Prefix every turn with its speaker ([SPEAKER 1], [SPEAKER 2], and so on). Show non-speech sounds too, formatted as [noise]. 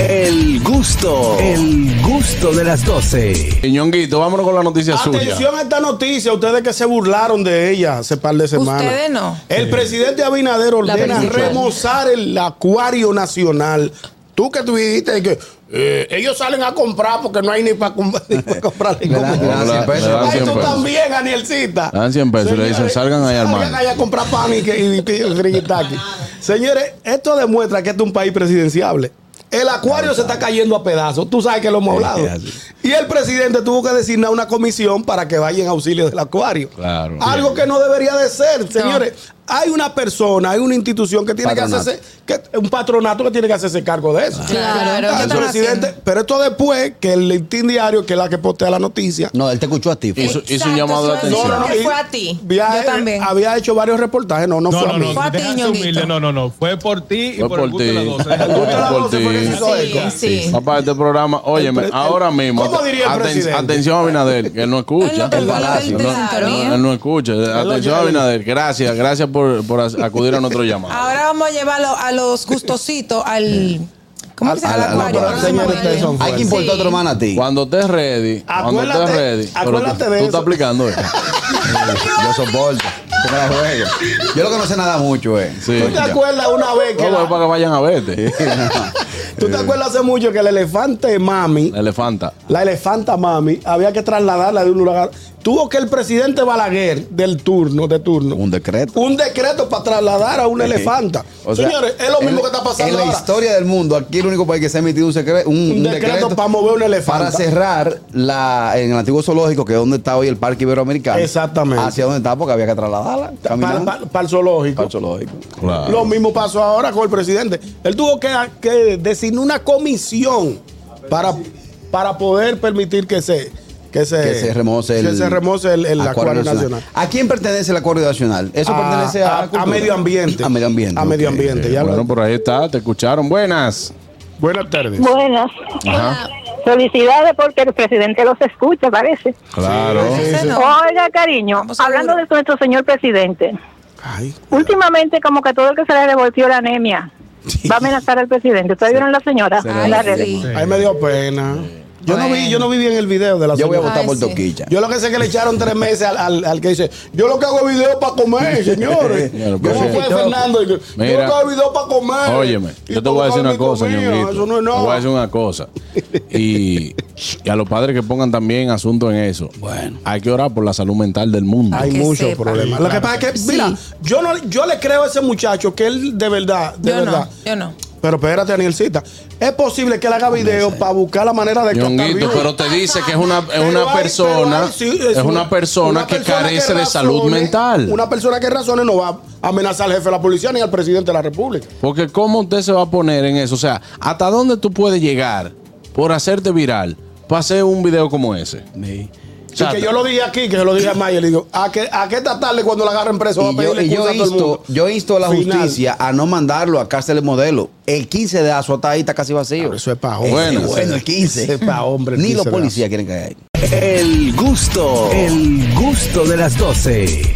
[SPEAKER 1] El gusto, el gusto de las 12.
[SPEAKER 2] Ñonguito, vámonos con la noticia suya.
[SPEAKER 3] Atención a esta noticia, ustedes que se burlaron de ella hace par de semanas.
[SPEAKER 4] Ustedes no.
[SPEAKER 3] El presidente Abinader ordena
[SPEAKER 4] principal.
[SPEAKER 3] remozar el acuario nacional. Tú que tú dijiste que eh, ellos salen a comprar porque no hay [laughs] ni para comprar ni
[SPEAKER 5] Me dan-
[SPEAKER 3] comida.
[SPEAKER 5] me dan cien
[SPEAKER 3] Ay,
[SPEAKER 5] pesos.
[SPEAKER 2] Me dan
[SPEAKER 3] tú
[SPEAKER 2] cien pesos.
[SPEAKER 3] también, Anielcita.
[SPEAKER 2] Me dan cien pesos y le dicen,
[SPEAKER 3] Señores,
[SPEAKER 2] salgan ahí al mar.
[SPEAKER 3] salgan ahí a comprar pan y, que- y- y- y riquitaqui. Señores, esto demuestra que este es un país presidenciable. El acuario se está cayendo a pedazos. Tú sabes que lo hemos hablado.
[SPEAKER 5] es así.
[SPEAKER 3] Y el presidente tuvo que designar una comisión para que vaya en auxilio del acuario.
[SPEAKER 2] Claro.
[SPEAKER 3] Algo que no debería de ser, señores. Hay una persona, hay una institución que tiene
[SPEAKER 5] Patronato.
[SPEAKER 3] que hacerse, que, un patronato que tiene que hacerse cargo de eso.
[SPEAKER 4] Claro, pero ¿qué
[SPEAKER 3] el
[SPEAKER 4] están
[SPEAKER 3] presidente,
[SPEAKER 4] haciendo?
[SPEAKER 3] pero esto después que el listín diario, que es la que postea la noticia,
[SPEAKER 5] No, él te escuchó a ti. fue.
[SPEAKER 2] Hizo, hizo un llamado de
[SPEAKER 4] Exacto,
[SPEAKER 2] atención.
[SPEAKER 4] No, no, no.
[SPEAKER 3] y
[SPEAKER 4] Fue a ti.
[SPEAKER 3] había-
[SPEAKER 4] Yo también.
[SPEAKER 3] Había hecho varios reportajes, no, no,
[SPEAKER 6] No,
[SPEAKER 3] fue
[SPEAKER 6] no,
[SPEAKER 3] a mí.
[SPEAKER 6] no,
[SPEAKER 4] Fue a ti,
[SPEAKER 6] déjate
[SPEAKER 4] Ñonguito.
[SPEAKER 6] humilde. No, no, no. Fue por ti y
[SPEAKER 2] Fue
[SPEAKER 6] por
[SPEAKER 2] por
[SPEAKER 6] el gusto de las
[SPEAKER 2] ti.
[SPEAKER 6] 12.
[SPEAKER 5] Eh,
[SPEAKER 2] Fue
[SPEAKER 3] El gusto de las
[SPEAKER 2] por
[SPEAKER 3] 12
[SPEAKER 2] ti.
[SPEAKER 3] fue que se hizo
[SPEAKER 4] Sí,
[SPEAKER 3] eco.
[SPEAKER 4] sí.
[SPEAKER 2] Papá, este programa, óyeme,
[SPEAKER 3] El pre-
[SPEAKER 2] ahora mismo.
[SPEAKER 3] ¿Cómo
[SPEAKER 2] aten-
[SPEAKER 3] diría el
[SPEAKER 2] aten-
[SPEAKER 3] presidente?
[SPEAKER 2] Atención a Abinader, que él no
[SPEAKER 4] Él
[SPEAKER 2] escucha.
[SPEAKER 4] no te
[SPEAKER 2] Él
[SPEAKER 4] escucha,
[SPEAKER 2] no-
[SPEAKER 4] él te sintonía.
[SPEAKER 2] Él no escucha. Atención a Abinader, gracias, gracias por, por as- acudir a nuestro
[SPEAKER 3] [laughs]
[SPEAKER 2] llamado.
[SPEAKER 4] Ahora vamos a llevarlo a los gustositos, al. ¿Cómo que se
[SPEAKER 5] Al-
[SPEAKER 4] llama?
[SPEAKER 5] al-
[SPEAKER 4] Al acuario.
[SPEAKER 5] al-
[SPEAKER 4] No se
[SPEAKER 3] señores,
[SPEAKER 4] mueve.
[SPEAKER 3] ustedes son
[SPEAKER 5] Hay que importar
[SPEAKER 4] Sí.
[SPEAKER 5] otro man a ti.
[SPEAKER 2] Cuando estés ready, cuando estés
[SPEAKER 3] Acuérdate-
[SPEAKER 2] ready, pero
[SPEAKER 3] acuérdate
[SPEAKER 2] tú,
[SPEAKER 3] de
[SPEAKER 2] tú
[SPEAKER 3] eso.
[SPEAKER 2] estás aplicando
[SPEAKER 3] [laughs]
[SPEAKER 2] esto.
[SPEAKER 5] [laughs] Yo soporto. Tú me la juegas. Yo lo que no sé nada mucho, eh.
[SPEAKER 2] Sí.
[SPEAKER 3] ¿Tú te acuerdas una vez que
[SPEAKER 2] No,
[SPEAKER 3] la-
[SPEAKER 2] es para que vayan a verte.
[SPEAKER 3] tú
[SPEAKER 5] Eh.
[SPEAKER 3] te acuerdas hace mucho que el elefante mami,
[SPEAKER 2] Elefanta.
[SPEAKER 3] la elefanta mami, había que trasladarla de un lugar. Tuvo que el presidente Balaguer del turno, de turno,
[SPEAKER 5] Un decreto.
[SPEAKER 3] un decreto para trasladar a una elefanta.
[SPEAKER 5] O sea,
[SPEAKER 3] Señores, es lo mismo
[SPEAKER 5] en-
[SPEAKER 3] que está pasando
[SPEAKER 5] En la
[SPEAKER 3] ahora.
[SPEAKER 5] historia del mundo, aquí el único país que se ha emitido un, secre- un,
[SPEAKER 3] Un
[SPEAKER 5] un
[SPEAKER 3] decreto para mover un elefante.
[SPEAKER 5] Para cerrar la, en el antiguo zoológico, que es donde está hoy el Parque Iberoamericano.
[SPEAKER 3] Exactamente.
[SPEAKER 5] Hacia donde está, porque había que trasladarla.
[SPEAKER 3] Pa- pa-
[SPEAKER 5] caminando.
[SPEAKER 3] Para, el zoológico.
[SPEAKER 5] Al zoológico.
[SPEAKER 2] Claro.
[SPEAKER 3] Lo mismo pasó ahora con el presidente. Él tuvo que, que designar una comisión para, para poder permitir que se que se,
[SPEAKER 5] que se remoce el,
[SPEAKER 3] que eh, se remoce el- el acuario nacional.
[SPEAKER 5] ¿A quién pertenece el acuario nacional? Eso
[SPEAKER 3] A-
[SPEAKER 5] pertenece
[SPEAKER 3] a-
[SPEAKER 5] a,
[SPEAKER 3] a
[SPEAKER 5] cultura.
[SPEAKER 3] medio ambiente.
[SPEAKER 5] A medio ambiente.
[SPEAKER 3] A medio
[SPEAKER 5] ok.
[SPEAKER 3] ambiente. ya
[SPEAKER 2] Bueno,
[SPEAKER 3] lo-
[SPEAKER 2] por ahí está, te escucharon. Buenas.
[SPEAKER 3] Buenas tardes.
[SPEAKER 7] Buenas.
[SPEAKER 2] Ajá.
[SPEAKER 7] Felicidades porque el presidente los escucha, parece.
[SPEAKER 2] Claro.
[SPEAKER 4] Ese no.
[SPEAKER 7] Oiga, cariño,
[SPEAKER 4] Vamos a
[SPEAKER 7] hablando
[SPEAKER 4] ver.
[SPEAKER 7] de nuestro señor presidente,
[SPEAKER 3] Ay,
[SPEAKER 7] últimamente como que a todo el que se le revoltió la anemia va a amenazar al presidente. ¿Ustedes vieron la señora?
[SPEAKER 5] Se le
[SPEAKER 7] En las
[SPEAKER 4] Ay,
[SPEAKER 7] redes.
[SPEAKER 4] sí.
[SPEAKER 3] ahí me dio pena. Yo no vi, yo no vi bien el video de la
[SPEAKER 5] Yo voy
[SPEAKER 3] señora.
[SPEAKER 5] a votar
[SPEAKER 4] Ay,
[SPEAKER 5] por
[SPEAKER 4] sí.
[SPEAKER 5] Toquilla.
[SPEAKER 3] Yo lo que sé es que le echaron tres meses al, al- al que dice, yo lo que hago es video para
[SPEAKER 5] [laughs]
[SPEAKER 3] comer, señores.
[SPEAKER 2] Claro, pero
[SPEAKER 3] ¿Cómo
[SPEAKER 2] sí.
[SPEAKER 3] fue Fernando? Yo,
[SPEAKER 2] Mira.
[SPEAKER 3] yo lo que hago es video para comer.
[SPEAKER 2] Óyeme,
[SPEAKER 3] Y
[SPEAKER 2] yo te
[SPEAKER 3] tú
[SPEAKER 2] voy a decir
[SPEAKER 3] comes
[SPEAKER 2] una cosa,
[SPEAKER 3] comida,
[SPEAKER 2] ñonguito.
[SPEAKER 3] Eso no es
[SPEAKER 2] Te
[SPEAKER 3] nada.
[SPEAKER 2] voy a decir una cosa. Y, y a los padres que pongan también asunto en eso. Bueno. Hay que orar por la salud mental del mundo.
[SPEAKER 3] Hay
[SPEAKER 4] que
[SPEAKER 3] muchos
[SPEAKER 4] sepa.
[SPEAKER 3] problemas.
[SPEAKER 6] Sí,
[SPEAKER 3] Lo que
[SPEAKER 6] claro.
[SPEAKER 3] pasa es que,
[SPEAKER 4] Sí.
[SPEAKER 3] mira, yo no, yo le creo a ese muchacho que él de verdad, de
[SPEAKER 4] Yo
[SPEAKER 3] verdad.
[SPEAKER 4] no, yo no.
[SPEAKER 3] Pero espérate, Anielcita. Es posible que él haga video para buscar la manera de captar
[SPEAKER 2] Ñonguito,
[SPEAKER 3] views.
[SPEAKER 2] pero te dice que es una, es
[SPEAKER 3] Pero
[SPEAKER 2] una
[SPEAKER 3] hay- pero
[SPEAKER 2] persona,
[SPEAKER 3] hay- sí,
[SPEAKER 2] es una persona
[SPEAKER 3] una
[SPEAKER 2] que
[SPEAKER 3] persona
[SPEAKER 2] carece de
[SPEAKER 3] razone-
[SPEAKER 2] salud mental.
[SPEAKER 3] Una persona que razone no va a amenazar al jefe de la policía ni al presidente de la república.
[SPEAKER 2] Porque cómo usted se va a poner en eso. O sea, ¿hasta dónde tú puedes llegar por hacerte viral para hacer un video como ese? O
[SPEAKER 3] Y
[SPEAKER 2] sea,
[SPEAKER 3] que yo lo dije aquí, que se lo dije a Mayer, le digo, a que, a que esta tarde cuando la agarren preso va a
[SPEAKER 5] Y yo,
[SPEAKER 3] pedirle
[SPEAKER 5] y yo
[SPEAKER 3] excusa a todo el mundo.
[SPEAKER 5] insto, yo insto a la
[SPEAKER 3] Final.
[SPEAKER 5] justicia a no mandarlo a cárceles modelo. El 15 de Azo está ahí, está casi vacío.
[SPEAKER 3] Eso es pa'
[SPEAKER 5] Ese
[SPEAKER 2] Bueno.
[SPEAKER 5] es bueno, el 15.
[SPEAKER 3] Ese es pa' hombre, el
[SPEAKER 5] Ni
[SPEAKER 3] 15
[SPEAKER 5] los
[SPEAKER 3] de Azo.
[SPEAKER 5] policías quieren que haya ahí.
[SPEAKER 1] El gusto, el gusto de las 12.